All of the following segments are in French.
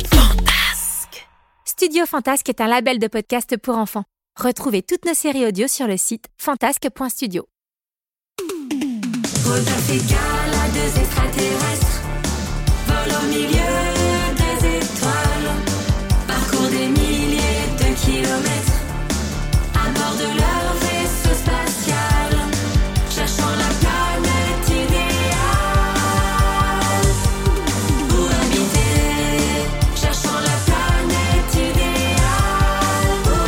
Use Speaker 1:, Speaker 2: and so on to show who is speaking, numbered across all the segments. Speaker 1: Fantasque. Studio Fantasque est un label de podcast pour enfants. Retrouvez toutes nos séries audio sur le site fantasque.studio.
Speaker 2: Rodolphe et Gal à deux extraterrestres Vol au milieu des étoiles Parcours des milliers de kilomètres À bord de leur vaisseau spatial Cherchant la planète idéale Pour habiter Cherchant la planète idéale Pour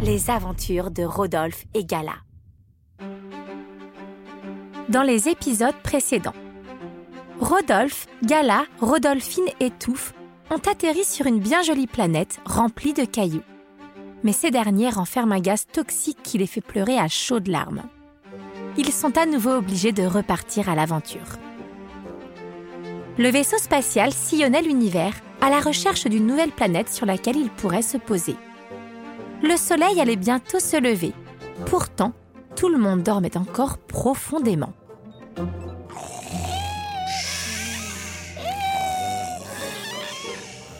Speaker 2: habiter
Speaker 1: Les aventures de Rodolphe et Gala. Dans les épisodes précédents, Rodolphe, Gala, Rodolphine et Touffe ont atterri sur une bien jolie planète remplie de cailloux. Mais ces derniers renferment un gaz toxique qui les fait pleurer à chaudes larmes. Ils sont à nouveau obligés de repartir à l'aventure. Le vaisseau spatial sillonnait l'univers à la recherche d'une nouvelle planète sur laquelle il pourrait se poser. Le soleil allait bientôt se lever. Pourtant, tout le monde dormait encore profondément.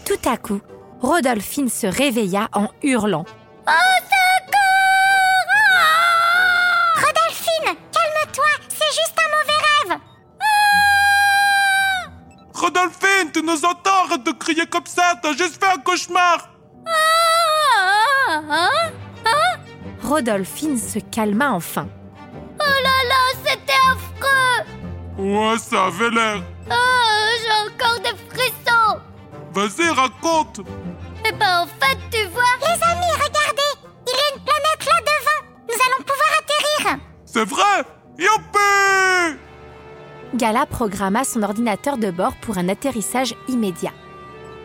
Speaker 1: Tout à coup, Rodolphine se réveilla en hurlant.
Speaker 3: Rodolphine, calme-toi, c'est juste un mauvais rêve.
Speaker 4: Rodolphine, tu nous entends arrête de crier comme ça, t'as juste fait un cauchemar
Speaker 3: Ah, hein
Speaker 1: Rodolphine se calma enfin.
Speaker 3: Oh là là, c'était affreux.
Speaker 4: Ouais, ça avait l'air.
Speaker 3: Oh, j'ai encore des frissons.
Speaker 4: Vas-y, raconte
Speaker 3: Eh ben, en fait, tu vois. Les amis, regardez, il y a une planète là devant. Nous allons pouvoir atterrir.
Speaker 4: C'est vrai Youpi
Speaker 1: Gala programma son ordinateur de bord pour un atterrissage immédiat.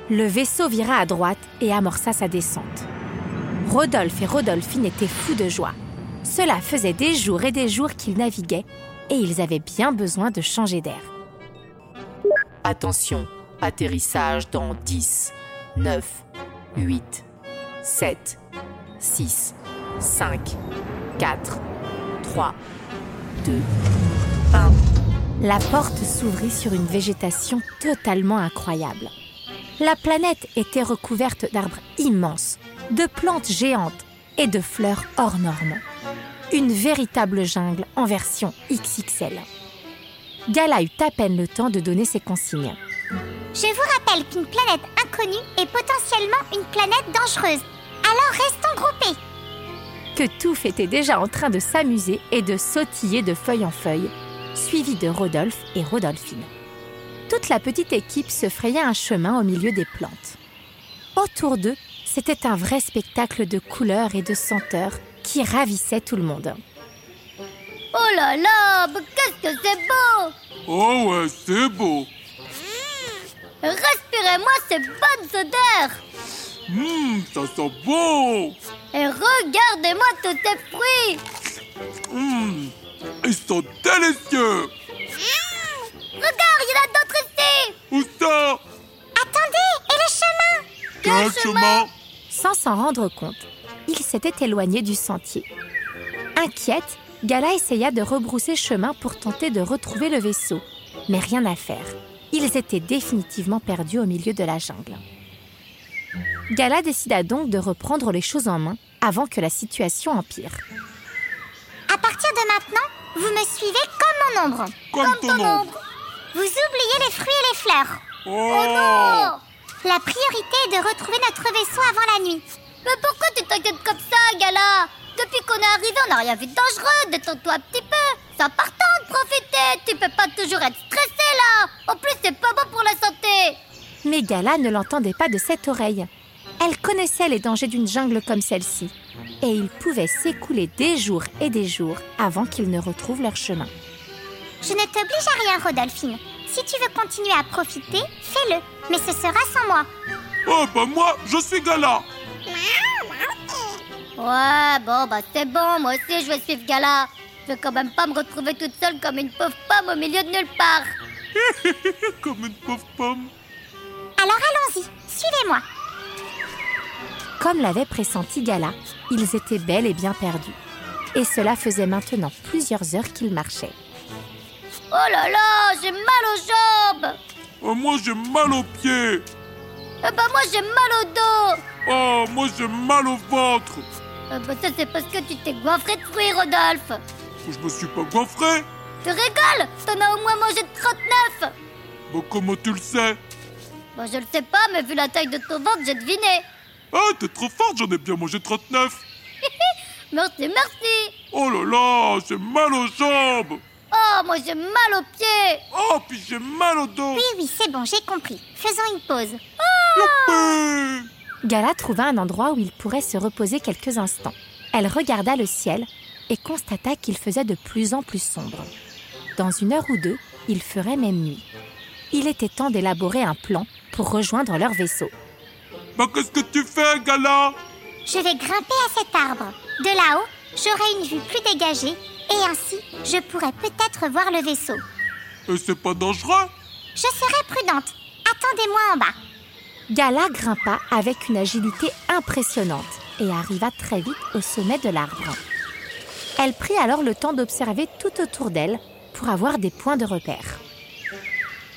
Speaker 1: Le vaisseau vira à droite et amorça sa descente. Rodolphe et Rodolphine étaient fous de joie. Cela faisait des jours et des jours qu'ils naviguaient et ils avaient bien besoin de changer d'air.
Speaker 5: Attention, atterrissage dans 10, 9, 8, 7, 6, 5, 4, 3, 2, 1.
Speaker 1: La porte s'ouvrit sur une végétation totalement incroyable. La planète était recouverte d'arbres immenses, de plantes géantes et de fleurs hors normes. Une véritable jungle en version XXL. Gala eut à peine le temps de donner ses consignes.
Speaker 3: Je vous rappelle qu'une planète inconnue est potentiellement une planète dangereuse. Alors restons groupés.
Speaker 1: que Touffe était déjà en train de s'amuser et de sautiller de feuille en feuille, suivi de Rodolphe et Rodolphine. Toute la petite équipe se frayait un chemin au milieu des plantes. Autour d'eux, c'était un vrai spectacle de couleurs et de senteurs qui ravissait tout le monde.
Speaker 3: Oh là là, mais qu'est-ce que c'est beau
Speaker 4: Oh ouais, c'est beau
Speaker 3: Respirez-moi ces bonnes odeurs
Speaker 4: Hum, ça sent bon
Speaker 3: Et regardez-moi tous ces fruits
Speaker 4: Hum, Ils sont délicieux
Speaker 3: Regarde, il y en a d'autres ici
Speaker 4: Où ça
Speaker 3: Attendez, et le chemin
Speaker 4: Quel chemin
Speaker 1: Sans s'en rendre compte, ils s'étaient éloignés du sentier. Inquiète, Gala essaya de rebrousser chemin pour tenter de retrouver le vaisseau, mais rien à faire. Ils étaient définitivement perdus au milieu de la jungle. Gala décida donc de reprendre les choses en main avant que la situation empire.
Speaker 3: À partir de maintenant, vous me suivez comme mon ombre.
Speaker 4: Comme ton ombre.
Speaker 3: Vous oubliez les fruits et les fleurs.
Speaker 4: Oh
Speaker 3: La priorité est de retrouver notre vaisseau avant la nuit. Mais pourquoi tu t'inquiètes comme ça, Gala Depuis qu'on est arrivé, on n'a rien vu de dangereux. Détends-toi un petit peu. C'est important de profiter. Tu peux pas toujours être stressé là. En plus, c'est pas bon pour la santé.
Speaker 1: Mais Gala ne l'entendait pas de cette oreille. Elle connaissait les dangers d'une jungle comme celle-ci, et il pouvait s'écouler des jours et des jours avant qu'ils ne retrouvent leur chemin.
Speaker 3: Je ne t'oblige à rien, Rodolphine. Si tu veux continuer à profiter, fais-le. Mais ce sera sans moi.
Speaker 4: Oh, bah moi, je suis Gala
Speaker 3: Ouais, bon, bah c'est bon, moi aussi je vais suivre Gala. Je vais quand même pas me retrouver toute seule comme une pauvre pomme au milieu de nulle part.
Speaker 4: Comme une pauvre pomme.
Speaker 3: Alors allons-y, suivez-moi.
Speaker 1: Comme l'avait pressenti Gala, ils étaient bel et bien perdus. Et cela faisait maintenant plusieurs heures qu'ils marchaient.
Speaker 3: Oh là là, j'ai mal aux jambes.
Speaker 4: Oh, moi, j'ai mal aux pieds.
Speaker 3: Euh, bah moi j'ai mal au dos.
Speaker 4: Oh, moi, j'ai mal au ventre.
Speaker 3: Euh, bah ça c'est parce que tu t'es goinfré de fruits, Rodolphe.
Speaker 4: Oh, Je me suis pas goinfré.
Speaker 3: Tu rigoles T'en as au moins mangé de 39
Speaker 4: Bah, comment tu le sais
Speaker 3: Bon, je le sais pas, mais vu la taille de ton ventre, j'ai deviné.
Speaker 4: Ah, t'es trop forte, j'en ai bien mangé 39.
Speaker 3: Merci, merci.
Speaker 4: Oh là là, j'ai mal aux jambes.
Speaker 3: Oh, moi j'ai mal aux pieds.
Speaker 4: Oh, puis j'ai mal au dos.
Speaker 3: Eh Oui, oui, c'est bon, j'ai compris. Faisons une pause.
Speaker 4: Youpi
Speaker 1: Gala trouva un endroit où il pourrait se reposer quelques instants. Elle regarda le ciel et constata qu'il faisait de plus en plus sombre. Dans une heure ou deux, il ferait même nuit. Il était temps d'élaborer un plan pour rejoindre leur vaisseau.
Speaker 4: Bah, qu'est-ce que tu fais, Gala
Speaker 3: Je vais grimper à cet arbre. De là-haut, j'aurai une vue plus dégagée et ainsi, je pourrai peut-être voir le vaisseau.
Speaker 4: Et Euh, c'est pas dangereux
Speaker 3: Je serai prudente. Attendez-moi en bas.
Speaker 1: Gala grimpa avec une agilité impressionnante et arriva très vite au sommet de l'arbre. Elle prit alors le temps d'observer tout autour d'elle pour avoir des points de repère.